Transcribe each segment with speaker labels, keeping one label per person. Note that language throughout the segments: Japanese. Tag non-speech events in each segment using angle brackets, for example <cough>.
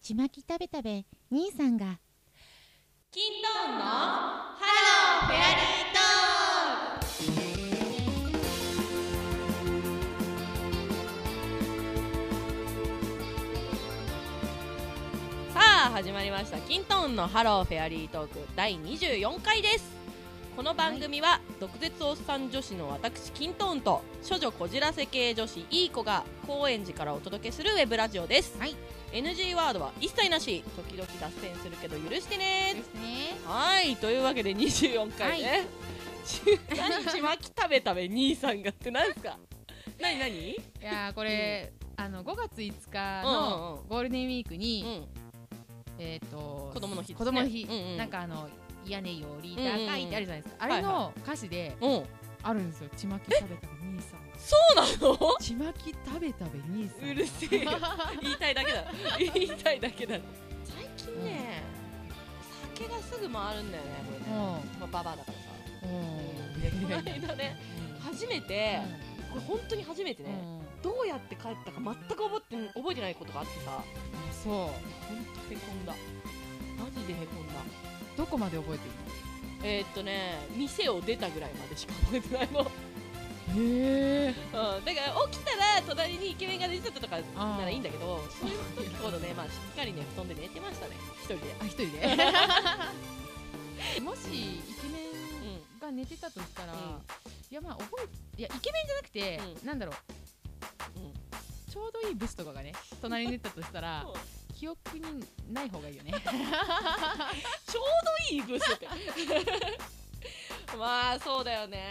Speaker 1: ちまき食べ食べ兄さんが
Speaker 2: キントンのハローフェアリートークさあ始まりましたキントンのハローフェアリートーク第24回ですこの番組は、毒舌おっさん女子の私キントーンと処女こじらせ系女子いい子が高円寺からお届けするウェブラジオです、
Speaker 1: はい
Speaker 2: NG ワードは一切なし時々脱線するけど許してね
Speaker 1: ですね
Speaker 2: はいというわけで24回ね、 <laughs> 何ちまき食べ食べ兄さんがって何ですか何何
Speaker 3: いやーこれ、あの5月5日のゴールデンウィーク
Speaker 2: う
Speaker 3: に、
Speaker 2: ん
Speaker 3: えっ、と
Speaker 2: 子供の日ですね
Speaker 3: 子供の日、
Speaker 2: うんうん
Speaker 3: なんかあの屋根より高いってあるじゃないですか、
Speaker 2: うんうん
Speaker 3: あれの歌詞で
Speaker 2: うん
Speaker 3: あるんですよ「ちまき食べたべ兄さん」
Speaker 2: そうなの
Speaker 3: 「ちまき食べたべ兄さん」
Speaker 2: うるせえよ言いたいだけだ言いたいだけだ最近ね、酒がすぐ回るんだよねこれね
Speaker 3: も
Speaker 2: まあババアだからさ
Speaker 3: ううん
Speaker 2: <laughs> この間ね初めてこれ本当に初めて
Speaker 3: うんう
Speaker 2: ね
Speaker 3: ん
Speaker 2: どうやって帰ったか全く覚えて覚えてないことがあってさ
Speaker 3: そ
Speaker 2: 本当へこんだマジでへこんだ
Speaker 3: うどこまで覚えてる
Speaker 2: えーっとね店を出たぐらいまでしか覚えてない
Speaker 3: <laughs>
Speaker 2: の、うん、
Speaker 3: のへえ
Speaker 2: だから起きたら隣にイケメンが出てたとか
Speaker 3: あー
Speaker 2: ならいいんだけどそういう時ほ
Speaker 3: <laughs>
Speaker 2: どね、まあ、しっかりね布団で寝てましたね一人で
Speaker 3: あ一人でもしイケメン
Speaker 2: う
Speaker 3: が寝てたとしたら、
Speaker 2: うん
Speaker 3: いやまあ覚えいやイケメンじゃなくて、
Speaker 2: う
Speaker 3: なんだろうん
Speaker 2: うん
Speaker 3: ちょうどいいブスとかがね隣に寝てたとしたら
Speaker 2: <laughs> そう
Speaker 3: 記憶にない方がいいよね
Speaker 2: ちょうどいいブスって
Speaker 3: <laughs>
Speaker 2: まあそうだよね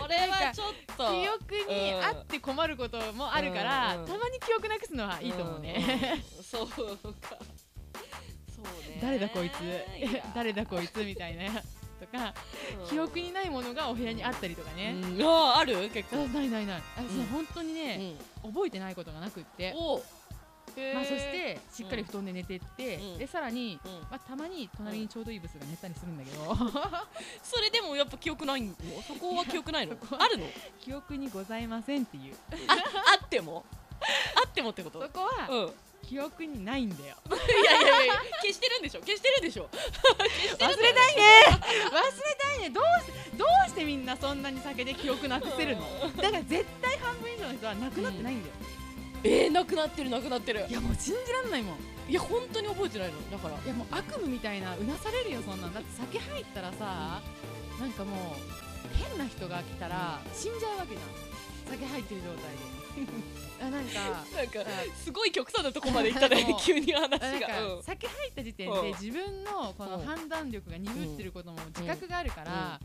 Speaker 2: それはちょっと
Speaker 3: 記憶にあって困ることもあるから、
Speaker 2: うんうん
Speaker 3: たまに記憶なくすのはいいと思うね、
Speaker 2: うん、そうかそうね
Speaker 3: <laughs> 誰だこいつ
Speaker 2: いや
Speaker 3: <laughs> 誰だこいつみたいな <laughs> とか
Speaker 2: うん
Speaker 3: 記憶にないものがお部屋にあったりとかね、
Speaker 2: うんあーある結構
Speaker 3: あないないないあ、そう
Speaker 2: うん
Speaker 3: 本当に
Speaker 2: う
Speaker 3: ね、
Speaker 2: ん
Speaker 3: 覚えてないことがなくって、
Speaker 2: お
Speaker 3: まあ、そしてしっかり布団で寝てって、
Speaker 2: うん
Speaker 3: でさらに、
Speaker 2: うん
Speaker 3: まあ、たまに隣にちょうどいいブスが寝たりするんだけど、
Speaker 2: それでもやっぱ記憶ないのそこは記憶ないの
Speaker 3: いやそこは
Speaker 2: あるの
Speaker 3: <laughs> 記憶にございませんっていう
Speaker 2: あってもあってもってこ
Speaker 3: そ
Speaker 2: と
Speaker 3: こ
Speaker 2: うん <laughs>
Speaker 3: は記憶にないんだよ忘れ
Speaker 2: いやいやいや消してるんでしょ消してるんでしょ <laughs> 消して
Speaker 3: た
Speaker 2: る
Speaker 3: いね <laughs>
Speaker 2: んだよ
Speaker 3: 忘れたいねどうしてどうしてみんなそんなに酒で記憶なくせるのだから絶対半分以上の人はなくなってないんだよ、
Speaker 2: えーなくなってるなくなってる
Speaker 3: いやもう信じらんないもんい
Speaker 2: いや本当に覚えてないのだから
Speaker 3: やもう悪夢みたいなうなされるよそんなんだって酒入ったらさなんかもう変な人が来たら死んじゃうわけじゃん酒入ってる状 <laughs> 態であなんか
Speaker 2: なんか
Speaker 3: うん
Speaker 2: すごい極端なとこまで行った
Speaker 3: <laughs>
Speaker 2: ね
Speaker 3: もう
Speaker 2: <laughs> 急に話が
Speaker 3: なんか
Speaker 2: うん
Speaker 3: 酒入った時点
Speaker 2: うん
Speaker 3: で自分のこ
Speaker 2: う
Speaker 3: の
Speaker 2: ん
Speaker 3: 判断力が鈍ってることも自覚があるから、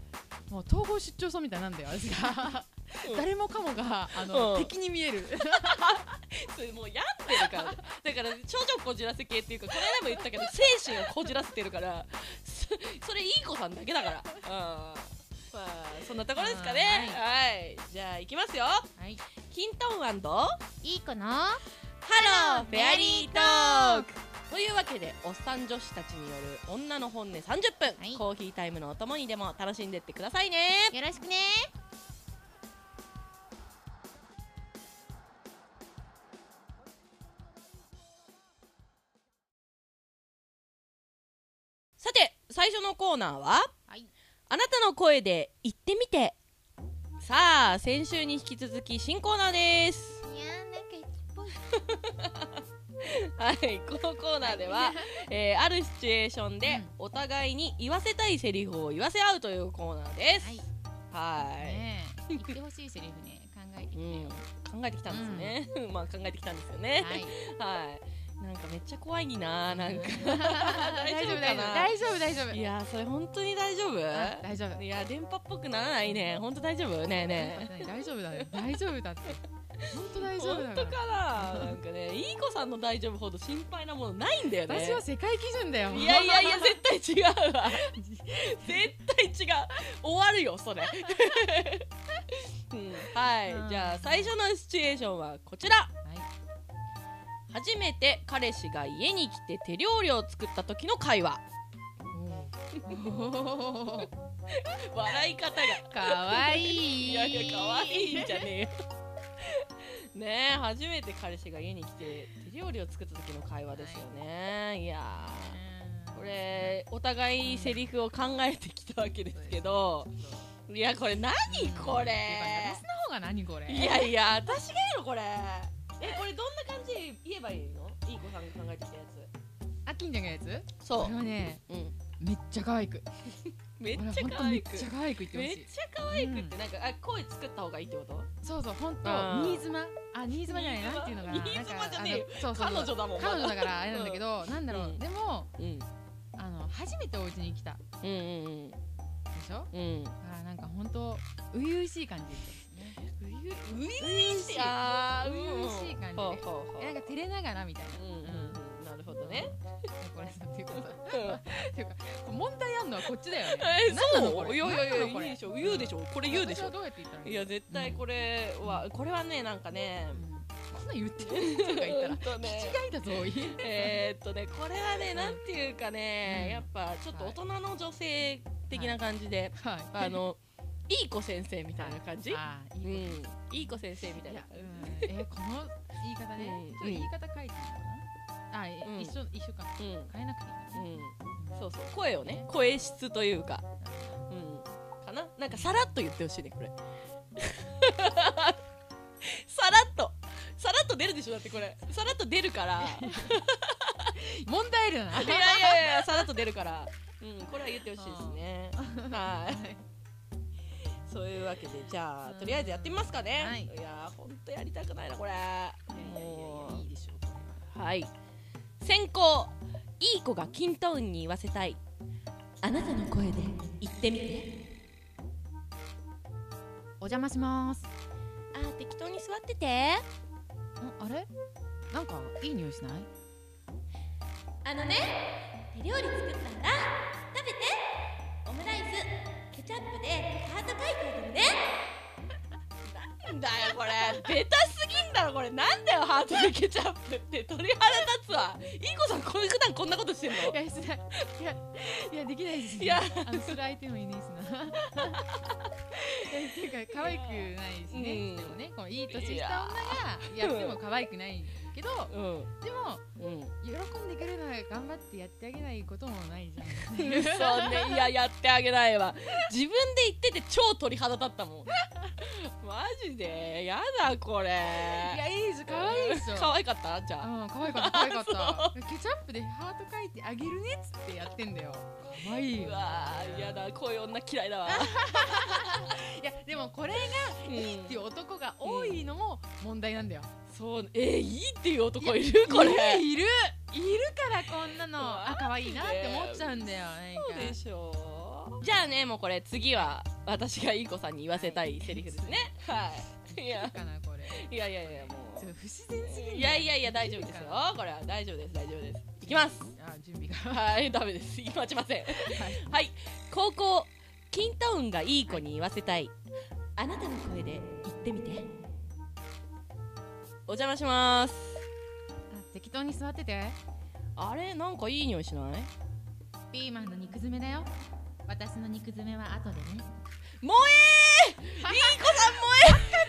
Speaker 3: もう統合失調症みたいなんだよ私が
Speaker 2: うん
Speaker 3: 誰もかもがあの、
Speaker 2: うん
Speaker 3: 敵に見える
Speaker 2: それもう病んでるからねだから少女こじらせ系っていうかこの間も言ったけど精神をこじらせてるから <laughs> そそれいい子さんだけだからうんまあそんなところですかねはいじゃあ行きますよ
Speaker 3: はい
Speaker 2: キントンハ
Speaker 1: いい子の
Speaker 2: ローフェアリートークというわけでおっさん女子たちによる女の本音30分、
Speaker 1: はい
Speaker 2: コーヒータイムのお供にでも楽しんでってくださいね
Speaker 1: よろしくね
Speaker 2: さて最初のコーナーは
Speaker 1: はい
Speaker 2: あなたの声で言ってみてさあ先週に引き続き新コーナーです
Speaker 1: いやーなんか一方
Speaker 2: <laughs> はいこのコーナーで <laughs> は、えーあるシチュエーションでお互いに言わせたいセリフを言わせ合うというコーナーです
Speaker 1: はい
Speaker 2: はい
Speaker 3: ね
Speaker 1: 言ってほしいセリフね考えて
Speaker 2: う
Speaker 1: きて
Speaker 2: ん
Speaker 1: よ、
Speaker 2: 考えてきたんですね、 <laughs> まあ考えてきたんですよね
Speaker 1: はい
Speaker 2: はい、なんかめっちゃ怖いななん <laughs> か
Speaker 3: 大丈
Speaker 2: 大丈
Speaker 3: 夫 <laughs>
Speaker 2: 夫
Speaker 3: 大丈夫
Speaker 2: かな
Speaker 3: 大丈夫大丈夫
Speaker 2: いやーそれ本当に大丈夫
Speaker 3: あ大丈夫
Speaker 2: いや電波っぽくならないね本当大丈夫ねえねえ
Speaker 3: 大丈夫だよ大丈夫だって本当大丈
Speaker 2: 本
Speaker 3: 夫だ
Speaker 2: 当
Speaker 3: か
Speaker 2: からななんかねいい子さんの大丈夫ほど心配なものないんだよね
Speaker 3: 私は世界基準だよ
Speaker 2: いやいや
Speaker 3: <laughs>
Speaker 2: いや絶対違うわ絶対違う終わるよそれ、うんはい、
Speaker 3: うん
Speaker 2: じゃあ最初のシチュエーションはこちら
Speaker 3: はい
Speaker 2: 初めて彼氏が家に来て手料理を作った時の会話
Speaker 3: おー
Speaker 2: 笑い方が
Speaker 3: かわいい
Speaker 2: いやいや可愛いんじゃ <laughs> ねえよねえ初めて彼氏が家に来て手料理を作った時の会話ですよね、い、やーこれお互いセリフを考えてきたわけですけどいやこれ何これ
Speaker 3: 私の方が何これ
Speaker 2: いやいや私がやろこれえこれどんな感じで言えばいいのいい子さんが考えてきたや
Speaker 3: あきんちゃんがやつ
Speaker 2: つ
Speaker 3: こ
Speaker 2: そ
Speaker 3: れはね
Speaker 2: う、うん、
Speaker 3: めっちゃ可愛く
Speaker 2: めっ
Speaker 3: これは
Speaker 2: ちゃ
Speaker 3: 本当
Speaker 2: 可
Speaker 3: め
Speaker 2: 愛
Speaker 3: っ
Speaker 2: く
Speaker 3: ちゃ可愛く言ってほ
Speaker 2: め
Speaker 3: し
Speaker 2: っ
Speaker 3: い
Speaker 2: ちゃ可愛くってなんかあ声作った方がいいってこと
Speaker 3: そうそう本当
Speaker 2: うん
Speaker 3: 新妻あ新妻じゃないなんていうのかな
Speaker 2: 新妻
Speaker 3: なんか
Speaker 2: じゃねえよ
Speaker 3: あのそうそう
Speaker 2: 彼女だもん
Speaker 3: 彼女だからあれなんだけど、なんだろう、
Speaker 2: うん
Speaker 3: でも
Speaker 2: うん
Speaker 3: あの初めてお家に来たで
Speaker 2: うんうん
Speaker 3: しょ
Speaker 2: うんうん
Speaker 3: だからなんか本当初々しい感じ
Speaker 2: ういう
Speaker 3: 初々しい
Speaker 2: あーうんうん
Speaker 3: 初々しい感じ
Speaker 2: ほうほうほう
Speaker 3: えなんか照れながらみたいな
Speaker 2: うんうんうんなるほどね
Speaker 3: <laughs> これさっていうかさ
Speaker 2: うん
Speaker 3: っていうか問題あんのはこっちだよね
Speaker 2: え
Speaker 3: 何なの
Speaker 2: そ
Speaker 3: こ
Speaker 2: う
Speaker 3: れ
Speaker 2: いやいや
Speaker 3: 何ないのこ
Speaker 2: や
Speaker 3: れ
Speaker 2: いいでしょ言うでしょこれ言うでし
Speaker 3: 私は
Speaker 2: ょ
Speaker 3: どうやって言ったらいい
Speaker 2: いや絶対これはこれはねなんかね
Speaker 3: うんこんなん言ってる人が言ったら
Speaker 2: うんと <laughs> ね
Speaker 3: 気違いだぞおい
Speaker 2: えー、っとねこれはねなんていうかね、
Speaker 3: うん
Speaker 2: やっぱちょっと大人の女性的な感じで、
Speaker 3: はい
Speaker 2: あのいい子先生みたいな感じ、
Speaker 3: あー
Speaker 2: うん
Speaker 3: いいこ、
Speaker 2: いい子先生みた
Speaker 3: と
Speaker 2: い
Speaker 3: い
Speaker 2: な
Speaker 3: や、うん、えーこの言い方ね
Speaker 2: うん
Speaker 3: ちょっと言い方書いてみようかなあえ
Speaker 2: うん
Speaker 3: 一緒一緒か
Speaker 2: うん、
Speaker 3: 変えなくていいかな
Speaker 2: うん、そうそう声をね声質というか、うん、かななんかさらっと言ってほしいねこれ <laughs> さらっとさらっと出るでしょだってこれさらっと出るから
Speaker 3: 問題あるよない
Speaker 2: やいやいやさらっと出るから、うん、これは言ってほしいですねはいそういうわけでじゃあとりあえずやってみますかね、
Speaker 3: はい
Speaker 2: いやーほんとやりたくないなこれもう
Speaker 3: いいでしょうこ
Speaker 2: はい先行いい子がキントーンに言わせたいあなたの声で言ってみて
Speaker 3: お邪魔します
Speaker 2: あー適当に座ってて
Speaker 3: あれなんかいい匂いしない
Speaker 2: あのね手料理作ったんだ食べてオムライスケチャップでハート描いてあげるねなんだよこれベタすぎんだろこれなんだよハートでケチャップって鳥肌立つわいい子さんこういう普段こんなことしてんの
Speaker 3: いやしないいやいやできないです
Speaker 2: いや
Speaker 3: あのする相手もいないしな <laughs> いやっていうか可愛くないしね、
Speaker 2: うん
Speaker 3: でもねこのいい年した女がやっても可愛くないけど
Speaker 2: うん
Speaker 3: でも
Speaker 2: うん
Speaker 3: 喜んでくれるなら頑張ってやってあげないこともないじゃん
Speaker 2: 嘘ねいややってあげないわ自分で言ってて超鳥肌立った <laughs> もんマジでやだこれ
Speaker 3: <laughs> いやいいじゃん可愛いでしょ
Speaker 2: 可愛かったじゃあ
Speaker 3: うん可愛かった可愛かったケチャップでハート書いてあげるねっつってやってんだよ可愛いう
Speaker 2: わーやだこういう女嫌いだわ
Speaker 3: いやでもこれ
Speaker 2: <laughs> いい
Speaker 3: っていう男が多いのも問題なんだよ、
Speaker 2: そうえー、いいっていう男いるこれ
Speaker 3: いるいるからこんなのあ可愛いなって思っちゃうんだよ
Speaker 2: そう
Speaker 3: なん
Speaker 2: で
Speaker 3: か
Speaker 2: しょうじゃあねもうこれ次は私がいい子さんに言わせたいセリフですねはいいや
Speaker 3: かなこれ
Speaker 2: いやいやいやも
Speaker 3: ちょっと不自然すぎる
Speaker 2: ういやいやいや大丈夫ですよこれは大丈夫です大丈夫ですいきます
Speaker 3: あ準備が
Speaker 2: はいダメです待ちませんはい、高校キンタウンがいい子に言わせたい、あなたの声で言ってみてお邪魔します
Speaker 3: あ適当に座ってて
Speaker 2: あれなんかいい匂いしない
Speaker 3: ピーマンの肉詰めだよ私の肉詰めは後でね
Speaker 2: 萌えーいい子さん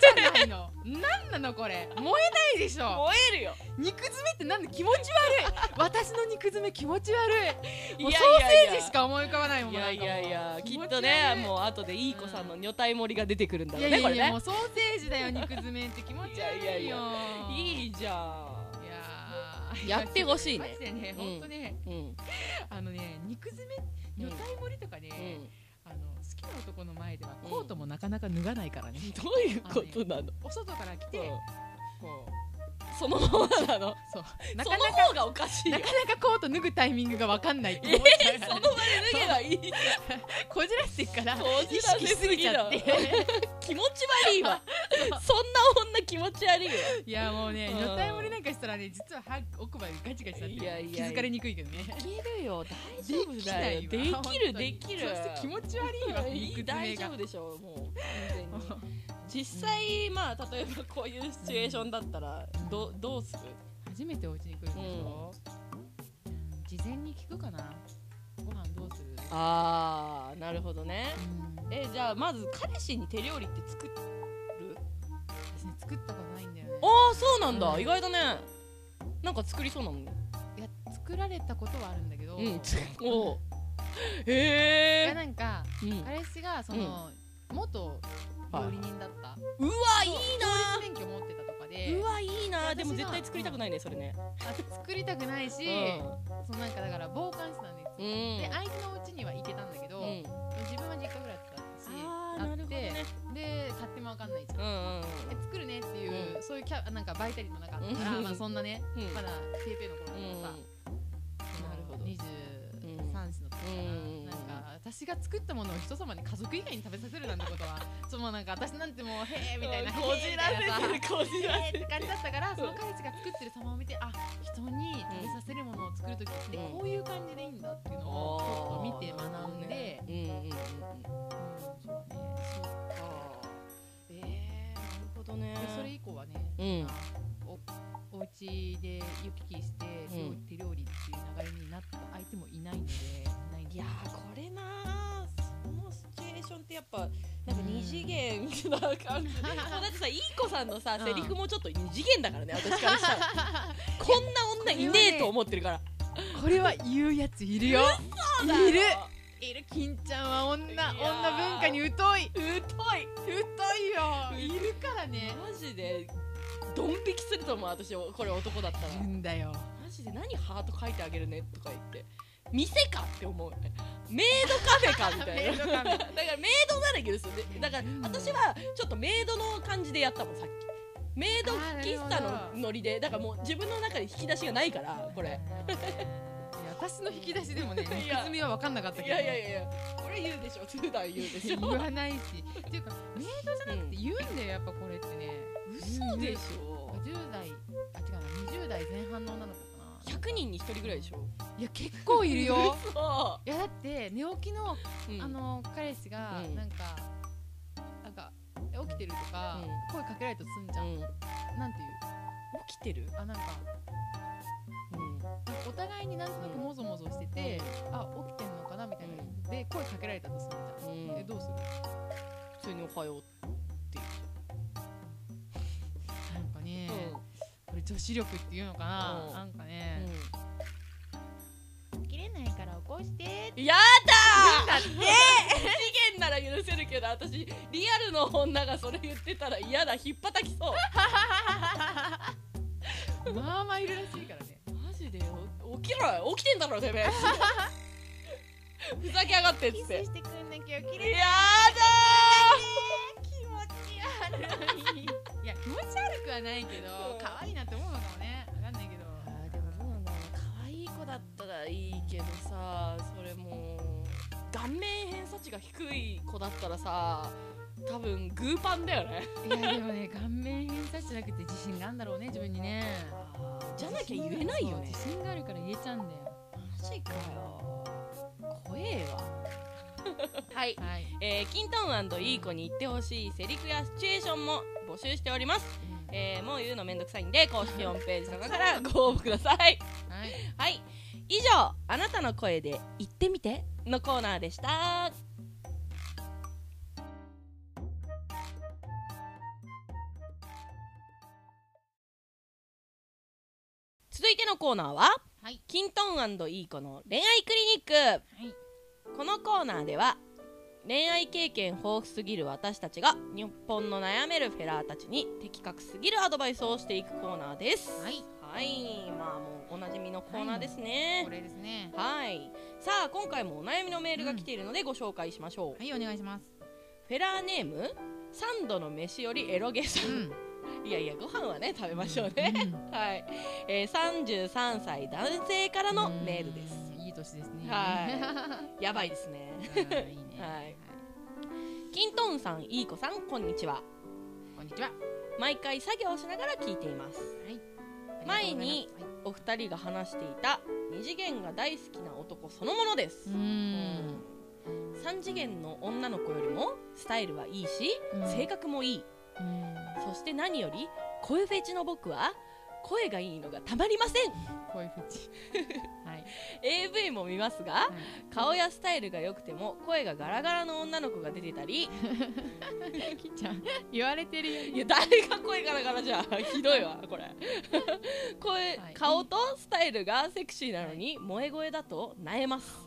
Speaker 3: じゃないの何なのこれ燃えないでしょ
Speaker 2: 萌えるよ
Speaker 3: 肉詰めってなんで気持ち悪い私の肉詰め気持ち悪いもう
Speaker 2: い
Speaker 3: ソ
Speaker 2: や
Speaker 3: ーセージしか思い浮かばないもん
Speaker 2: いやいやいやきっと
Speaker 3: もうなんかもう気持ち悪い
Speaker 2: ねもう後でいい子さんの女体盛りが出てくるんだ
Speaker 3: い
Speaker 2: ろ
Speaker 3: や
Speaker 2: う
Speaker 3: い
Speaker 2: ねこ
Speaker 3: や
Speaker 2: れ
Speaker 3: いや
Speaker 2: ね
Speaker 3: もうソーセージだよ肉詰めって気持ち悪いよ
Speaker 2: いやいやいやいいじ
Speaker 3: い
Speaker 2: ゃ
Speaker 3: やー
Speaker 2: やってほしいね
Speaker 3: マジでね、
Speaker 2: うん
Speaker 3: 本当ね、
Speaker 2: んうんうん
Speaker 3: あのね、肉詰め、
Speaker 2: うん
Speaker 3: 女体盛りとかね、あの好きな男の前ではコートもなかなか脱がないからね。
Speaker 2: どういうことなの
Speaker 3: お外から来て、こう、
Speaker 2: そのままなの
Speaker 3: そう、な
Speaker 2: そ
Speaker 3: か
Speaker 2: の
Speaker 3: なか、
Speaker 2: 方がおかしいよ
Speaker 3: なかなかコート脱ぐタイミングがわかんないって
Speaker 2: え
Speaker 3: 思っち <laughs> ゃう
Speaker 2: ー、
Speaker 3: か
Speaker 2: そ
Speaker 3: ら
Speaker 2: の場で脱げばいいじゃん
Speaker 3: こじらせてっから、
Speaker 2: こ
Speaker 3: 意
Speaker 2: じらせすぎ
Speaker 3: 識
Speaker 2: だ
Speaker 3: しすぎちゃって。 <laughs>
Speaker 2: 気持ち悪いわ <laughs> そんな女気持ち悪いわ
Speaker 3: いや、もうね、
Speaker 2: うん
Speaker 3: 女体盛りなんかしたらね、実は歯奥歯でガチガチだって、
Speaker 2: いやいやいや
Speaker 3: 気づかれにくいけどね。
Speaker 2: できるよ大
Speaker 3: できないわ
Speaker 2: できる
Speaker 3: 本当に
Speaker 2: できる
Speaker 3: そして気持ち悪いわ、肉詰め
Speaker 2: 大丈
Speaker 3: が
Speaker 2: 夫。でしょうもう完全に実際まあ例えばこういうシチュエーションだったら
Speaker 3: うん
Speaker 2: どどうする
Speaker 3: 初めてお家に来るでしょ、うん事前に聞くかなご飯どうする
Speaker 2: あーなるほどね
Speaker 3: うん
Speaker 2: えじゃあまず彼氏に手料理って作る
Speaker 3: 私ね作ったことないんだよね
Speaker 2: ああそうなんだ、
Speaker 3: うん
Speaker 2: 意外だねなんか作りそうなのね
Speaker 3: いや作作られたことはあるんだけど、
Speaker 2: うん
Speaker 3: い
Speaker 2: おう
Speaker 3: や
Speaker 2: へえ
Speaker 3: なんか
Speaker 2: うんう
Speaker 3: 彼氏がその、元料理人だった、
Speaker 2: わいいな
Speaker 3: 料理免許持ってたとかで
Speaker 2: うわいいな
Speaker 3: 私
Speaker 2: でも
Speaker 3: が
Speaker 2: 絶対作りたくないねそれね
Speaker 3: あ作りたくないし、
Speaker 2: う
Speaker 3: そのなんかだから傍観してたんですよ、
Speaker 2: んうん
Speaker 3: で相手の家には行けたんだけど、
Speaker 2: うん
Speaker 3: 自分は実家ぐらいだったし
Speaker 2: あーなるほどね
Speaker 3: ってで買っても分かんないじゃん、
Speaker 2: うんうん
Speaker 3: で作るねっていう、
Speaker 2: う
Speaker 3: そういうキャなんかバイタリーもなかったから、
Speaker 2: うん
Speaker 3: まあ、そんなね
Speaker 2: うんうん
Speaker 3: まだペーペーの頃だからさ、
Speaker 2: なるほど
Speaker 3: 23歳の時かな,、
Speaker 2: うん
Speaker 3: なんか私が作ったものを人様に家族以外に食べさせるなんてことは <laughs> ちょっともうなんか私なんてもうへえみたいな
Speaker 2: うんこじらせてるこじら
Speaker 3: へ
Speaker 2: せ
Speaker 3: え
Speaker 2: て
Speaker 3: って
Speaker 2: る
Speaker 3: 感じだったからその彼氏が作ってる様を見てあ人に食べさせるものを作る時って
Speaker 2: うん
Speaker 3: こういう感じでいいんだっていうのをちょっと見て学んで、
Speaker 2: うんうんうんうん
Speaker 3: うんそうね
Speaker 2: あ
Speaker 3: ええ
Speaker 2: ーなるほどね
Speaker 3: でそれ以降はね、
Speaker 2: うん
Speaker 3: おお家で行き来して料
Speaker 2: うん
Speaker 3: 手料理っていう流れになった相手もいないので、いないんで
Speaker 2: いやーこれなーそのシチュエーションってやっぱなんか二次元な感じ、もうだってさいい子さんのさ、
Speaker 3: うん
Speaker 2: セリフもちょっと二次元だからね私からしたらこんな女いねえと思ってるから
Speaker 3: これは言うやついるよ
Speaker 2: そうだよ
Speaker 3: いるいる金ちゃんは女
Speaker 2: いや
Speaker 3: 女
Speaker 2: ー
Speaker 3: 文化に疎い
Speaker 2: 太い
Speaker 3: 疎いよいるからね
Speaker 2: マジでドン引きすると思う私これ男だったら
Speaker 3: いるんだよ
Speaker 2: マジで何ハート書いてあげるねとか言って店かって思うよねメイドカフェかみたいな
Speaker 3: メイド
Speaker 2: だ
Speaker 3: カ
Speaker 2: から
Speaker 3: フェ
Speaker 2: メイドだらけですよねだから私はちょっとメイドの感じでやったもんさっきメイド喫茶
Speaker 3: あーなるほ
Speaker 2: のノリでだからもう自分の中で引き出しがないからこれ
Speaker 3: いや私の引き出しでもね
Speaker 2: いや
Speaker 3: 肉詰みは分かんなかったけど
Speaker 2: いやいやいやいやこれ言うでしょ普段言うでしょ
Speaker 3: 言わないしっていうかメイドじゃなくて言うんだよやっぱこれってね
Speaker 2: 嘘でし
Speaker 3: 10代あ違うな
Speaker 2: ょ
Speaker 3: 20代前半の女の子かな
Speaker 2: 100人に1人ぐらいでしょ
Speaker 3: いや結構いる
Speaker 2: <laughs>
Speaker 3: よ
Speaker 2: 嘘
Speaker 3: いやだって寝起きの、
Speaker 2: うん
Speaker 3: あの彼氏が
Speaker 2: うん
Speaker 3: なんか、なんかえ起きてるとか、
Speaker 2: う
Speaker 3: 声かけられたとすんじ
Speaker 2: う
Speaker 3: ゃん、
Speaker 2: ん
Speaker 3: なんていう
Speaker 2: 起きてる
Speaker 3: あなんか
Speaker 2: うん
Speaker 3: なんかお互いになんとなくもぞもぞしてて、あ起きてんのかなみたいな、
Speaker 2: うん
Speaker 3: で声かけられたとすんじゃ
Speaker 2: うん
Speaker 3: ん、えどうする
Speaker 2: 普通におはようって
Speaker 3: なんかね
Speaker 2: 言、う
Speaker 3: これ女子力っていうのかな、
Speaker 2: うん
Speaker 3: なんか
Speaker 2: う
Speaker 3: ね
Speaker 2: ん、
Speaker 1: 切れないから起こして
Speaker 2: やだーって次元なら許せるけど私リアルの女がそれ言ってたら嫌だひっぱたきそう
Speaker 3: まあまあいるらしいからね
Speaker 2: マジでお起きろよ起きてんだろてめえふざけやがってっ
Speaker 1: キ
Speaker 2: つっ
Speaker 1: ス
Speaker 2: てや
Speaker 1: してくんなきゃ切れない
Speaker 2: だ
Speaker 1: 気持ち悪い
Speaker 3: いや気持ち悪くはないけど
Speaker 2: うん
Speaker 3: 可愛いなって思うのかもねわかんないけど
Speaker 2: ーでもどうなんだろう可愛い子だったらいいけどさそれもう顔面偏差値が低い子だったらさ多分グーパンだよね
Speaker 3: いやでもね顔面偏差値じゃなくて自信があるんだろうね自分にね
Speaker 2: じゃなきゃ言えないよね
Speaker 3: 自信があるから言えちゃうんだよ
Speaker 2: マジかよ怖えわはい、
Speaker 3: はい、
Speaker 2: えー、キントーンいい子に言ってほしいセリフやシチュエーションも募集しております、えー、もう言うのめんどくさいんで公式ホームページの方からご応募ください
Speaker 3: はい
Speaker 2: はい以上あなたの声で言ってみてのコーナーでした続いてのコーナーは
Speaker 3: はい
Speaker 2: キントーンいい子の恋愛クリニック
Speaker 3: はい
Speaker 2: このコーナーでは恋愛経験豊富すぎる私たちが日本の悩めるフェラーたちに的確すぎるアドバイスをしていくコーナーです
Speaker 3: はい
Speaker 2: はいまあもうおなじみのコーナーですね
Speaker 3: これですね
Speaker 2: はい、さあ今回もお悩みのメールが来ているのでご紹介しましょう、
Speaker 3: はいお願いします
Speaker 2: フェラーネーム3度の飯よりエロゲさ、
Speaker 3: うん
Speaker 2: いやいやご飯はね食べましょうね、はい、えー、33歳男性からのメールです
Speaker 3: うんいい年ですね
Speaker 2: は
Speaker 3: <laughs>
Speaker 2: やばいですね
Speaker 3: うんいいね
Speaker 2: はいキントーンさんいい子さんこんにちは
Speaker 3: こんにちは
Speaker 2: 毎回作業をしながら聞いています
Speaker 3: はいありがとうございます
Speaker 2: 前に
Speaker 3: はい
Speaker 2: お二人が話していた二次元が大好きな男そのものです、
Speaker 3: うん
Speaker 2: 3次元の女の子よりもスタイルはいいし、
Speaker 3: うん
Speaker 2: 性格もいい
Speaker 3: うん
Speaker 2: そして何より声フェチの僕は声がいいのがたまりません <laughs>
Speaker 3: こういうふうにはい
Speaker 2: AV 位も見ますが顔やスタイルが良くても声がガラガラの女の子が出てたり
Speaker 3: きちゃん言われてるよ
Speaker 2: いや誰が声ガラガラじゃんひどいわこ
Speaker 3: <laughs>
Speaker 2: れ声、
Speaker 3: はい
Speaker 2: 顔とスタイルがセクシーなのに萌え声だとなえます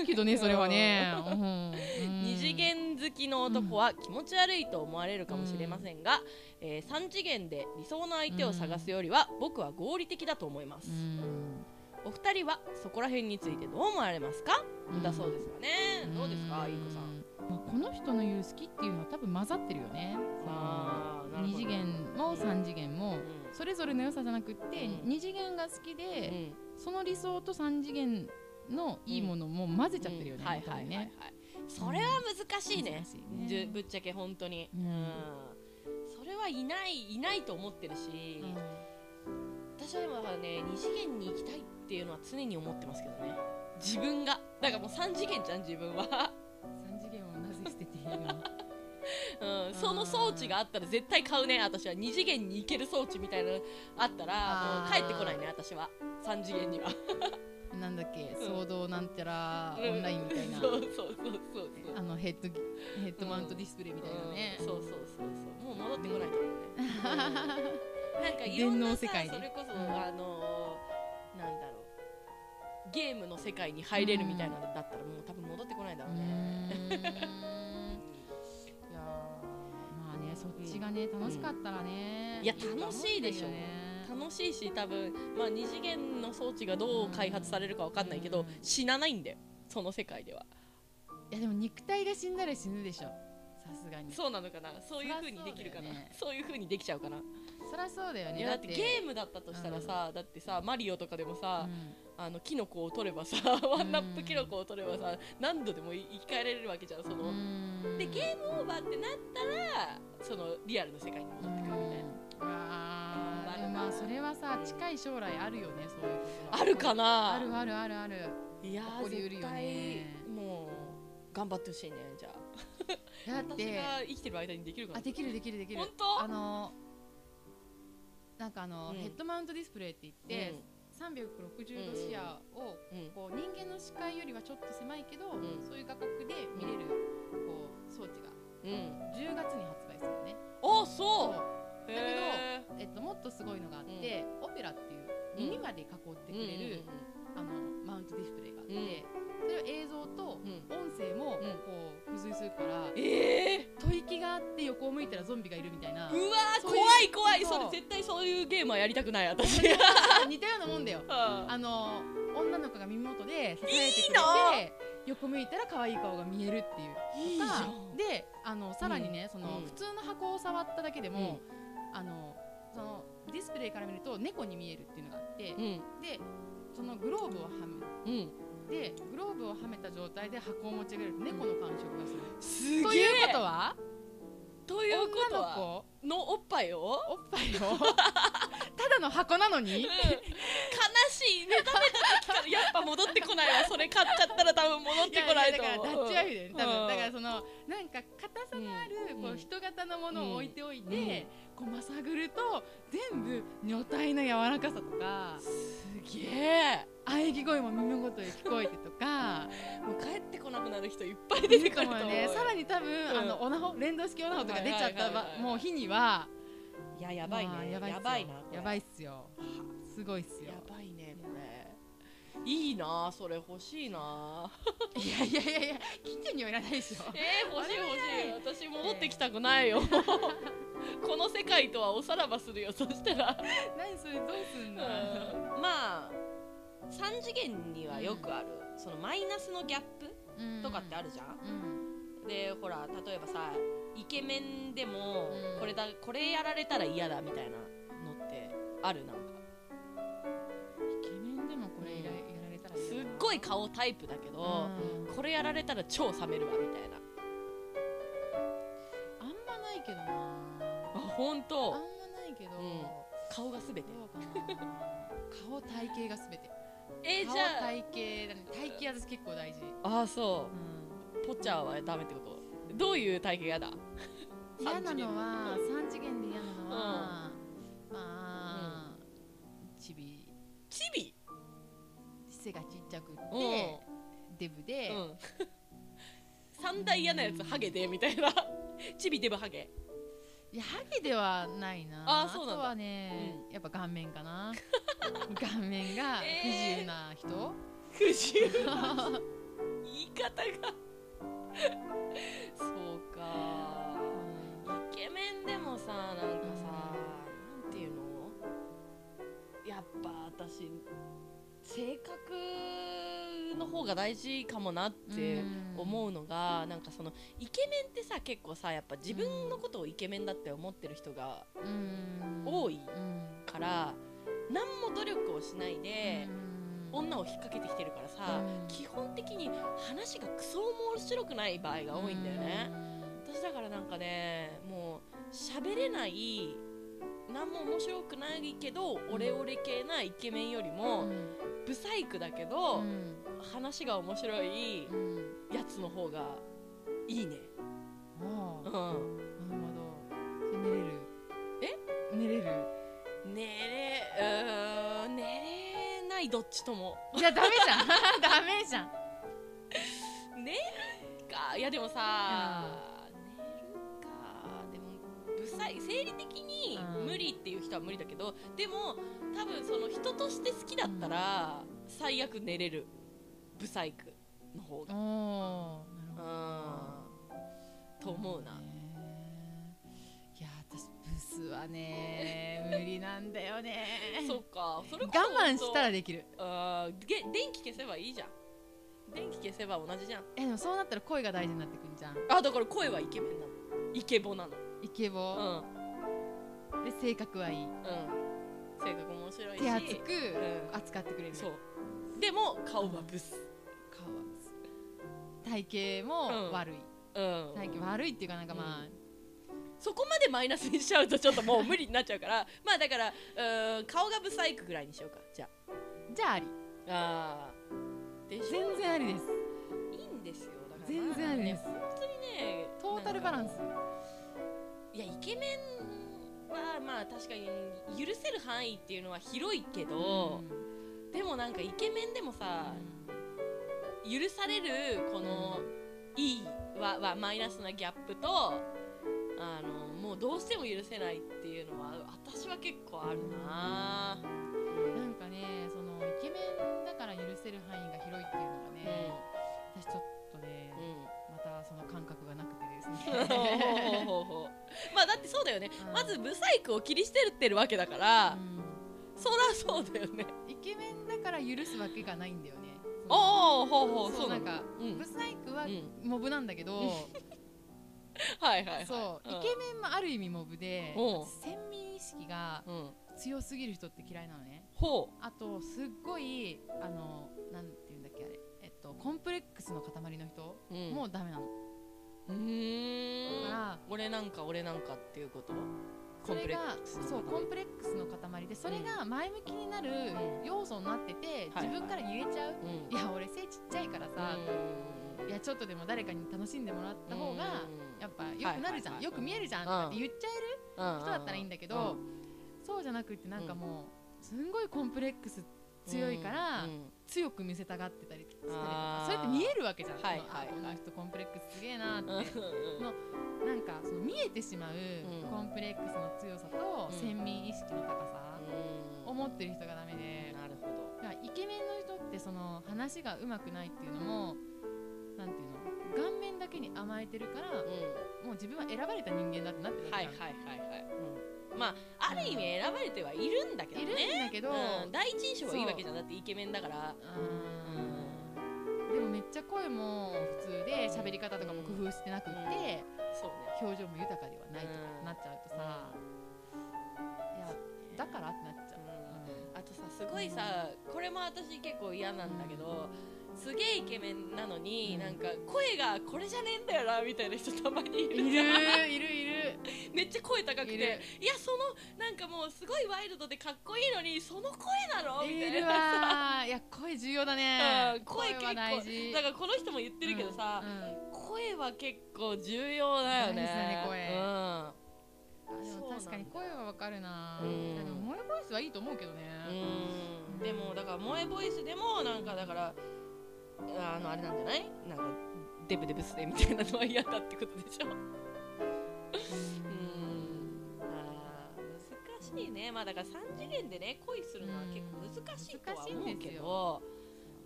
Speaker 3: いいけどねそれはね、
Speaker 2: <laughs>
Speaker 3: うん
Speaker 2: 二次元好きの男は気持ち悪いと思われるかもしれませんが、えー三次元で理想の相手を探すよりは、僕は合理的だと思います、
Speaker 3: うん
Speaker 2: お二人はそこら辺についてどう思われますか、だそうですよね、どうですかいい子さん、
Speaker 3: まあ、この人の言う好きっていうのは多分混ざってるよね
Speaker 2: あーなるほど
Speaker 3: 二次元も三次元も
Speaker 2: うん
Speaker 3: それぞれの良さじゃなくって、
Speaker 2: うん
Speaker 3: 二次元が好き
Speaker 2: う
Speaker 3: で、
Speaker 2: ん
Speaker 3: その理想と三次元のいいものも混ぜちゃってるよね、
Speaker 2: うんはい
Speaker 3: 多
Speaker 2: はいはい
Speaker 3: 分
Speaker 2: はい、
Speaker 3: ね
Speaker 2: それは難しいね
Speaker 3: 難しいね
Speaker 2: じゅぶっちゃけ本当に、
Speaker 3: う
Speaker 2: うんんそれはいないいないと思ってるし、私はでもだからね二次元に行きたいっていうのは常に思ってますけどね自分がだからもう3次元じゃん自分は、
Speaker 3: 三次元をなぜ捨てているの
Speaker 2: うん、その装置があったら絶対買うね私は二次元に行ける装置みたいなのあったら
Speaker 3: あー
Speaker 2: もう帰ってこないね私は3次元には
Speaker 3: なんだっけ
Speaker 2: うん
Speaker 3: 騒動なんたらオンラインみたいな
Speaker 2: そうそうそうそうそう
Speaker 3: あのヘッドギヘッドマウントディスプレイみたいなね、
Speaker 2: うんそうそうそうそうもう戻ってこないと思うね、なん <laughs> かいろん
Speaker 3: 電
Speaker 2: な
Speaker 3: 脳
Speaker 2: さ
Speaker 3: 世界ね
Speaker 2: それこそ、
Speaker 3: うん
Speaker 2: あのーなんだろうゲームの世界に入れるみたいなのだったらもう多分戻ってこないだろう
Speaker 3: う
Speaker 2: ね、
Speaker 3: ーんまあねそっちがね楽しかったらね、
Speaker 2: いや楽しいでしょ
Speaker 3: よね
Speaker 2: 楽しいし多分まあ二次元の装置がどう開発されるかわかんないけど、
Speaker 3: うん
Speaker 2: 死なないんだよその世界では、
Speaker 3: いやでも肉体が死んだら死ぬでしょさすがにそ
Speaker 2: そうなのかなそういう風にできるかな
Speaker 3: そりゃそうだよね
Speaker 2: そういう風にできちゃうかな、
Speaker 3: りゃそうだよ
Speaker 2: い
Speaker 3: ね
Speaker 2: や
Speaker 3: だ
Speaker 2: だ
Speaker 3: っ
Speaker 2: っててゲームだったとしたらさ、だってさマリオとかでもさ、
Speaker 3: うん
Speaker 2: あのキノコを取ればさワンナップキノコを取ればさ何度でも生き返れるわけじゃんその、
Speaker 3: うん
Speaker 2: でゲームオーバーってなったらそのリアルの世界に戻ってくるみたいな、
Speaker 3: あーでもまあそれはさ近い将来あるよねそういうことは
Speaker 2: あるかな
Speaker 3: あるあるあるある
Speaker 2: いや
Speaker 3: 起
Speaker 2: ー
Speaker 3: こりうる
Speaker 2: 絶
Speaker 3: よね
Speaker 2: 対もう頑張ってほしいねじゃあ
Speaker 3: だっ
Speaker 2: 私
Speaker 3: て
Speaker 2: が生きてる間にできるかな
Speaker 3: あできるできるできる
Speaker 2: 本当
Speaker 3: あのなんかあの、
Speaker 2: うん
Speaker 3: ヘッドマウントディスプレイって言って、360度視野を
Speaker 2: うんうん
Speaker 3: こう人間の視界よりはちょっと狭いけど、
Speaker 2: ん
Speaker 3: そういう画角で見れるこう装置が
Speaker 2: うん、うん、
Speaker 3: 10月に発売するのね
Speaker 2: あそう
Speaker 3: だけど
Speaker 2: へ
Speaker 3: えっと、もっとすごいのがあって、オペラっていう耳まで囲ってく
Speaker 2: ー
Speaker 3: れる、あのマウントディスプレイがあって、それは映像と
Speaker 2: うんうんうんうん
Speaker 3: 音声も
Speaker 2: うん
Speaker 3: こう付随するから、
Speaker 2: え
Speaker 3: 吐息があって横を向いたらゾンビがいるみたいな
Speaker 2: ー、うわー
Speaker 3: そういう
Speaker 2: 怖い怖いそれ絶対そういうゲームはやりたくない
Speaker 3: <laughs>
Speaker 2: 私
Speaker 3: 似たようなもんだよ
Speaker 2: あ
Speaker 3: あの女の子が耳元で支えてく
Speaker 2: いい
Speaker 3: れ
Speaker 2: の
Speaker 3: て横向いたら可愛い顔が見えるっていう
Speaker 2: いいじゃん
Speaker 3: であのさらにね、その
Speaker 2: うん
Speaker 3: 普通の箱を触っただけでも、あのそのディスプレイから見ると猫に見えるっていうのがあって、
Speaker 2: うん
Speaker 3: でそのグローブをはめ
Speaker 2: うん
Speaker 3: てグローブをはめた状態で箱を持ち上げると猫の感触がする、
Speaker 2: すげえ
Speaker 3: ということは
Speaker 2: ということ
Speaker 3: 女
Speaker 2: は
Speaker 3: の
Speaker 2: のおっぱいを
Speaker 3: 子おっぱいを <laughs> ただの箱なのに
Speaker 2: うん悲しい目覚めた時からやっぱ戻ってこないわそれ買っちゃったら多分戻ってこないと
Speaker 3: ややだからダ
Speaker 2: 思
Speaker 3: ッ
Speaker 2: う
Speaker 3: チワイフだよね多分、
Speaker 2: うん
Speaker 3: だからそのなんか硬さのある、
Speaker 2: うん
Speaker 3: こ
Speaker 2: う
Speaker 3: うん人型のものを置いておいて、
Speaker 2: う
Speaker 3: こ
Speaker 2: ん
Speaker 3: うまさぐると全部女体の柔らかさとか
Speaker 2: すげえ
Speaker 3: 喘ぎ声も耳元で聞こえてとか
Speaker 2: もう帰ってこなくなる人いっぱい <laughs> 出てくると
Speaker 3: も
Speaker 2: 思う
Speaker 3: ねさらに多分、
Speaker 2: ん
Speaker 3: あのオナホ連動式オナホとか出ちゃった
Speaker 2: はいはい
Speaker 3: ば
Speaker 2: はいはい
Speaker 3: もう日にはい
Speaker 2: ややばい
Speaker 3: まあ
Speaker 2: ね
Speaker 3: や
Speaker 2: や
Speaker 3: ば
Speaker 2: ば
Speaker 3: いっす
Speaker 2: い
Speaker 3: よ
Speaker 2: な
Speaker 3: やば
Speaker 2: い
Speaker 3: いっすよすごいっすよ
Speaker 2: やばいねこれいいなそれ欲しいない
Speaker 3: やいやいやいやキッチンにはいらないでし
Speaker 2: <laughs>
Speaker 3: ょ
Speaker 2: えー、欲しい欲しい私戻ってきたくないよこの世界とはおさらばするよそしたら
Speaker 3: 何それどうすんの
Speaker 2: まあ3次元にはよくある、そのマイナスのギャップとかってあ
Speaker 3: る
Speaker 2: るじゃん、
Speaker 3: うん
Speaker 2: でほら例えばさイケメンでも、
Speaker 3: うん
Speaker 2: これだこれやられたら嫌だみたいなのってあるなんか
Speaker 3: イケメンでもこれやら
Speaker 2: う
Speaker 3: やられたら
Speaker 2: すっごい
Speaker 3: か
Speaker 2: 顔タイプだけど、これやられたら超冷めるわみたいな
Speaker 3: あんまないけどな
Speaker 2: あ本
Speaker 3: あんま
Speaker 2: 当
Speaker 3: ないけど、
Speaker 2: うん顔が全て
Speaker 3: どうかな顔体型がすべて
Speaker 2: え
Speaker 3: 顔
Speaker 2: じゃ
Speaker 3: 体型だね体型私結構大事、
Speaker 2: ああーそ
Speaker 3: うん
Speaker 2: うポッチャーはダメってことどういう体型やだ
Speaker 3: 嫌なのは三次元で嫌なのは、まあ、チビ
Speaker 2: チビ
Speaker 3: 好背がちっちゃくっ
Speaker 2: うん
Speaker 3: てデブで、
Speaker 2: うん、三大嫌なやつハゲでみた <laughs> いなチビデブハゲ
Speaker 3: いやハゲではないな
Speaker 2: あーそうなんだ
Speaker 3: とはね、やっぱ顔面か
Speaker 2: <laughs>
Speaker 3: な顔面が不自由な人、
Speaker 2: 不自由な言い方がそうかイケメンでもさなんかさ、なんていうのやっぱ私性格の方が大事かもなって思うのが、なんかそのイケメンってさ結構さやっぱ自分のことをイケメンだって思ってる人が
Speaker 3: うん
Speaker 2: 多い
Speaker 3: うん
Speaker 2: から、何も努力をしないで、女を引っ掛けてきてるからさ、
Speaker 3: うん
Speaker 2: 基本的に話がクソ面白くない場合が多いんだよね、私だからなんかねもう喋れない何も面白くないけどオレオレ系なイケメンより
Speaker 3: う
Speaker 2: も
Speaker 3: ん
Speaker 2: ブサイクだけど、
Speaker 3: うん
Speaker 2: 話が面白い
Speaker 3: うん
Speaker 2: やつの方がいいね
Speaker 3: ああ
Speaker 2: うん
Speaker 3: なるほどそれ寝れるえ寝れる
Speaker 2: 寝れうーん寝れないどっちとも
Speaker 3: いやダメじゃんダメじゃん
Speaker 2: 寝るかいやでもさ、寝るかでも不細生理的に
Speaker 3: うん
Speaker 2: 無理っていう人は無理だけどでも多分その人として好きだったら最悪寝れる不細工の方
Speaker 3: お
Speaker 2: が
Speaker 3: おなるほど
Speaker 2: うんと思うな
Speaker 3: ねいや私ブスはね無理なんだよね
Speaker 2: そっかそれ
Speaker 3: 我
Speaker 2: こそ
Speaker 3: 慢したらできる
Speaker 2: あーげ電気消せばいいじゃん電気消せば同じじゃん
Speaker 3: えでもそうなったら声が大事になってくるじゃん
Speaker 2: あだから声はイケメンなのイケボなの
Speaker 3: イケ
Speaker 2: う
Speaker 3: ボ、
Speaker 2: んうん
Speaker 3: で性格はいい
Speaker 2: 性格面白いし
Speaker 3: 手厚く、
Speaker 2: うん
Speaker 3: 扱ってくれる
Speaker 2: そうでも顔はブス
Speaker 3: 顔は体型も悪い、
Speaker 2: うん
Speaker 3: 体型悪いっていうかなんかまあ、
Speaker 2: そこまでマイナスにしちゃうとちょっともう無理になっちゃうからまあだからうーん顔がブサイクぐらいにしようかじゃ
Speaker 3: じゃああり
Speaker 2: ああーでしょ
Speaker 3: 全然ありです
Speaker 2: いいんですよだから
Speaker 3: 全然ありです
Speaker 2: まあね本当にね
Speaker 3: トータルバラン
Speaker 2: な
Speaker 3: ス
Speaker 2: んかいやイケメンはまあ確かに許せる範囲っていうのは広いけど、でもなんかイケメンでもさ許されるこのいいははマイナスなギャップとあのもうどうしても許せないっていうのは私は結構あるな
Speaker 3: うんなんかねそのイケメンだから許せる範囲が広いっていうのが
Speaker 2: う
Speaker 3: ね、
Speaker 2: ん
Speaker 3: 私ちょっとね、またその感覚がなくてです
Speaker 2: うんほうほう
Speaker 3: ね
Speaker 2: ほうほうまあだってそうだよね
Speaker 3: うん
Speaker 2: まずブサイクを切り捨てってるわけだから
Speaker 3: う
Speaker 2: そらそうだよね
Speaker 3: んイケメンだから許すわけがないんだよね
Speaker 2: おおほうほ
Speaker 3: そうう
Speaker 2: そう
Speaker 3: な
Speaker 2: なんんだ
Speaker 3: か、
Speaker 2: うん
Speaker 3: ブサイクは
Speaker 2: う
Speaker 3: モブなんだけど、
Speaker 2: はいはいはい
Speaker 3: そう、
Speaker 2: ん
Speaker 3: イケメンもある意味モブで
Speaker 2: おう
Speaker 3: 先民意識が
Speaker 2: うん
Speaker 3: 強すぎる人って嫌いなのね
Speaker 2: ほ
Speaker 3: あとすっごいあのなんていうんだっけあれえっとコンプレックスの塊の人、
Speaker 2: ううん
Speaker 3: もうダメなの
Speaker 2: うーん
Speaker 3: だから
Speaker 2: 俺なんか俺なんかっていうことコ
Speaker 3: そ
Speaker 2: ン
Speaker 3: れ
Speaker 2: プレッ
Speaker 3: が
Speaker 2: クス
Speaker 3: そうコンプレックスの塊でそれが前向きになる
Speaker 2: うん
Speaker 3: 要素になってて、
Speaker 2: はいはい
Speaker 3: 自分から言えちゃう、
Speaker 2: うん
Speaker 3: いや俺背ちっちゃいからさ、
Speaker 2: うん
Speaker 3: いやちょっとでも誰かに楽しんでもらった方がやっぱ良くなるじゃん、
Speaker 2: はいはいはい
Speaker 3: よく見えるじゃんとかって言っちゃえる
Speaker 2: ぱ
Speaker 3: 人だったらいいんだけど、そうじゃなくってなんかもうすんごいコンプレックス強いから、強く見せたがってたりしたりとか
Speaker 2: あ
Speaker 3: そ
Speaker 2: ー
Speaker 3: れって見えるわけじゃん、
Speaker 2: はい
Speaker 3: その
Speaker 2: はい
Speaker 3: あこの人コンプレックスすげえなって、
Speaker 2: の
Speaker 3: なんかその見えてしまう
Speaker 2: うん
Speaker 3: コンプレックスの強さと、
Speaker 2: うん
Speaker 3: 先民意識の高さを持ってる人がダメで、
Speaker 2: なるほど
Speaker 3: だからイケメンの人ってその話がうまくないっていうのも、なんていうの顔面だけに甘えてるから、
Speaker 2: う
Speaker 3: もう自分は選ばれた人間だってなってる
Speaker 2: ん
Speaker 3: わ
Speaker 2: は
Speaker 3: け
Speaker 2: い
Speaker 3: じゃ
Speaker 2: は
Speaker 3: ん
Speaker 2: いはいはいうんまあある意味選ばれてはいるんだけど
Speaker 3: いるん
Speaker 2: ね
Speaker 3: だけど、
Speaker 2: うん第一印象はいいわけじゃんだってイケメンだから
Speaker 3: うーんでもめっちゃ声も普通で喋り方とかも工夫してなくって、
Speaker 2: そうね
Speaker 3: 表情も豊かではないと
Speaker 2: う
Speaker 3: か
Speaker 2: ん
Speaker 3: なっちゃうとさ、いやだからってなっちゃう、
Speaker 2: あとさすごいさこれも私結構嫌なんだけどすげえイケメンなのに、
Speaker 3: うん
Speaker 2: なんか声がこれじゃねえんだよなみたいな人たまにいる
Speaker 3: い
Speaker 2: じゃん
Speaker 3: るいるいる
Speaker 2: <laughs> めっちゃ声高くてい
Speaker 3: いる
Speaker 2: やそのなんかもうすごいワイルドでかっこいいのにその声なのみた
Speaker 3: い
Speaker 2: い
Speaker 3: る
Speaker 2: な
Speaker 3: わーいや声重要だ
Speaker 2: う
Speaker 3: ね
Speaker 2: ん声結構
Speaker 3: は大事
Speaker 2: だからこの人も言ってるけどさ、
Speaker 3: うん
Speaker 2: 声は結構重要だよね
Speaker 3: 大事だね声
Speaker 2: うん
Speaker 3: あでも確かに声はわかるな
Speaker 2: うん
Speaker 3: でも萌えボイスはいいと思うけどね
Speaker 2: うん、うんでもだから萌えボイスでもなんかだからあのあれなんじゃないなんかデブデブすでみたいなのは嫌だってことでしょうーんあー難しいねまあだから3次元でね恋するのは結構難しいとは思うけど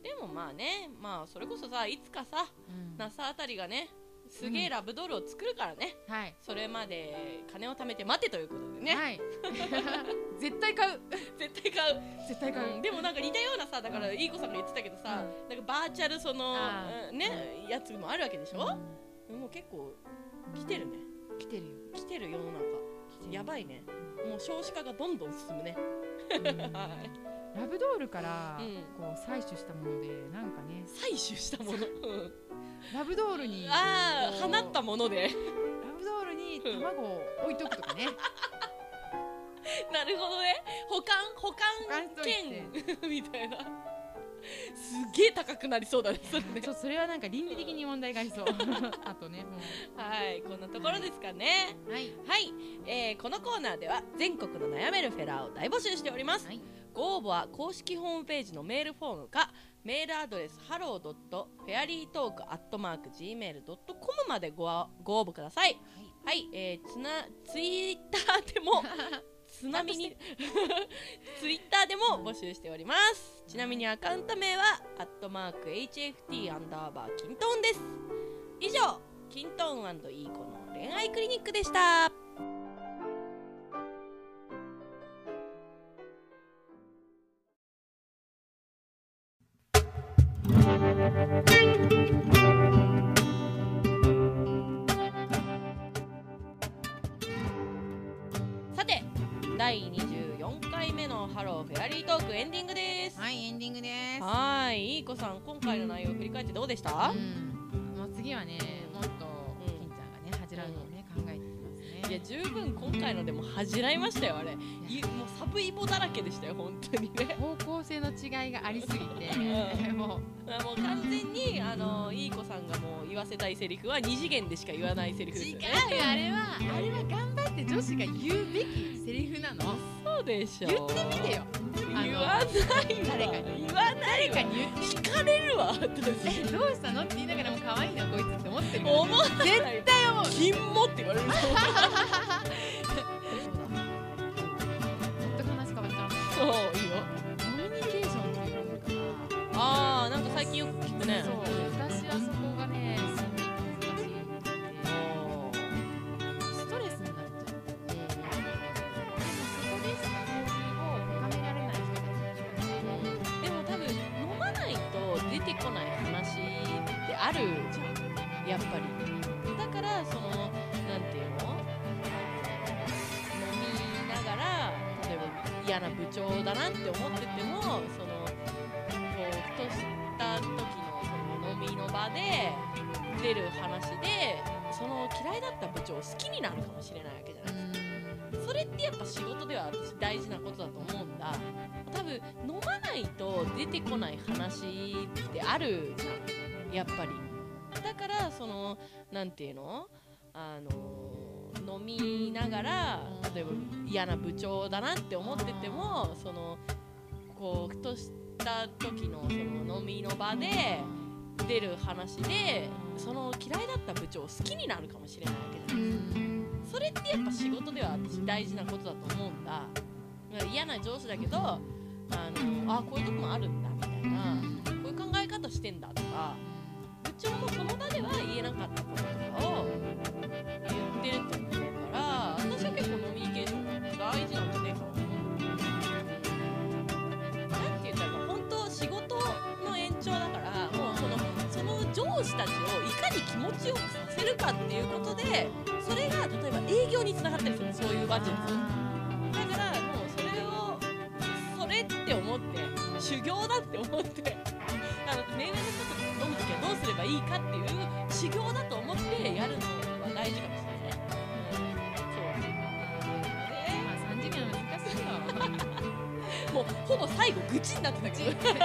Speaker 2: でもまあねまあそれこそさいつかさ
Speaker 3: うん
Speaker 2: ナサあたりがねすげえラブドールを作るからね、
Speaker 3: はい
Speaker 2: それまで金を貯めて待てということでね、
Speaker 3: はい
Speaker 2: <laughs>
Speaker 3: 絶対買う
Speaker 2: 絶対買う
Speaker 3: 絶対買う、
Speaker 2: うんでもなんか似たようなさだから
Speaker 3: う
Speaker 2: いい子さんが言ってたけどさ、なんかバーチャルその
Speaker 3: あ
Speaker 2: うんねやつもあるわけでしょ、もう結構来てるね
Speaker 3: 来てるよ
Speaker 2: 来てる世の中やばいねもう少子化がどんどん進むね <laughs> はい
Speaker 3: ラブドールから
Speaker 2: うん
Speaker 3: こう採取したものでなんかね
Speaker 2: 採取したものうん
Speaker 3: ラブドールにラ
Speaker 2: ああ
Speaker 3: こう
Speaker 2: 放ったもので
Speaker 3: ブドールに卵を置いとくとかね
Speaker 2: なるほどね保管保管
Speaker 3: 保管しとい
Speaker 2: 券 <laughs> みたいなすげえ高くなりそう <laughs> だねそれね
Speaker 3: ちょっと <laughs> それはなんか倫理的に問題があ <laughs> りそうあとねも
Speaker 2: はいこんなところですかね
Speaker 3: うはい
Speaker 2: はい、えーこのコーナーでは全国の悩めるフェラーを大募集しておりま
Speaker 3: <laughs>
Speaker 2: す、
Speaker 3: はい
Speaker 2: ご応募は公式ホームページのメールフォームかメールアドレスハロードットフェアリートークアットマーク Gmail.com までごあご応募くださいはい、えーつなツイッターでもつなみにツイッターでも募集しておりますちなみにアカウント名はアットマーク HFT アンダーバーキントーンです以上キントーンいい子の恋愛クリニックでしたさて第24回目の「ハローフェアリートーク」エンディングです
Speaker 3: はいエンディングです
Speaker 2: はーいいい子さん今回の内容振り返ってどうでした
Speaker 3: うんもう次はねもっと
Speaker 2: うん
Speaker 3: 金ちゃんがね恥じらうのをね考えていきます
Speaker 2: いや
Speaker 3: ね
Speaker 2: 十分今回のでも恥じらいましたよあれいもうサブイボだらけでしたよ本当に
Speaker 3: <laughs>
Speaker 2: ね
Speaker 3: 方向性の違いがありすぎて
Speaker 2: う
Speaker 3: も
Speaker 2: もう完全にあのいい子さんがもう言わせたいセリフは二次元でしか言わないセリ
Speaker 3: う
Speaker 2: フです
Speaker 3: 違
Speaker 2: よ
Speaker 3: う
Speaker 2: ね
Speaker 3: あれはあれは頑張って女子が言うべきセリフなの
Speaker 2: そうでしょ
Speaker 3: 言ってみてよあの
Speaker 2: 言わないわ
Speaker 3: 誰か
Speaker 2: 言わない
Speaker 3: 誰
Speaker 2: わ
Speaker 3: かに言って
Speaker 2: 聞かれるわ私
Speaker 3: え <laughs> どうしたのって言いながらも可愛いなこいつって思ってるから
Speaker 2: 思わない
Speaker 3: <laughs> 絶対思う
Speaker 2: 金もって言われるもん
Speaker 3: ずっと話しかばっちゃん
Speaker 2: <laughs> そういい
Speaker 3: コミ
Speaker 2: よ
Speaker 3: ュニケーションっていうのか
Speaker 2: ああなんか最近よく聞くね
Speaker 3: なそう私はそこがねすごい難しいんで
Speaker 2: あー
Speaker 3: ストレスになっちゃうでもそこでしか交流を深められない人たちがいるからね
Speaker 2: でも多分飲まないと出てこない話ってあるじゃんやっぱりだからそのなんていうのあの飲みながら例えば嫌な部長だなって思っててもそのこうふとした時のその飲みの場で出る話でその嫌いだった部長を好きになるかもしれないわけじゃないそれってやっぱ仕事では私大事なことだと思うんだ多分飲まないと出てこない話ってあるじゃんやっぱりだからそのなんていうのあの飲みながら例えば嫌な部長だなって思っててもそのこうふとした時のその飲みの場で出る話でその嫌いだった部長を好きになるかもしれないわけじゃないそれってやっぱ仕事では私大事なことだと思うんだまあ嫌な上司だけどあのあこういうとこもあるんだみたいなこういう考え方してんだとか部長もその場では言えなかったこととかを言ってると思うから私は結構コミュニケーションが大事なんじゃねえかななんて言ったらいいか本当仕事の延長だからもうそのその上司たちをいかに気持ちよくさせるかっていうことでそれが例えば営業につながったりするそういう話術だからもうそれをそれって思って修行だって思ってあの目上の人と飲む時はどうすればいいかっていう修行だと思ってやるのは大事かもしれないね、うん
Speaker 3: まあ3次元は難しいよ
Speaker 2: そうねもうほぼ最後愚痴になってた <laughs> けど
Speaker 3: うちです
Speaker 2: は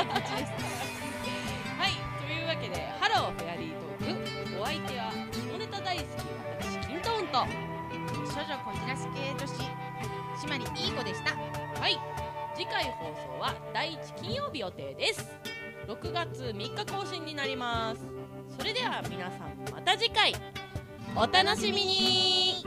Speaker 2: い、というわけで、ハローフェアリートーク、お相手は、下ネタ大好き、私、キントーンと、
Speaker 3: 少女こじらし系女子島にいい子でした
Speaker 2: はい、次回放送は第1金予定です6月3日更新になりますそれでは皆さんまた次回お楽しみに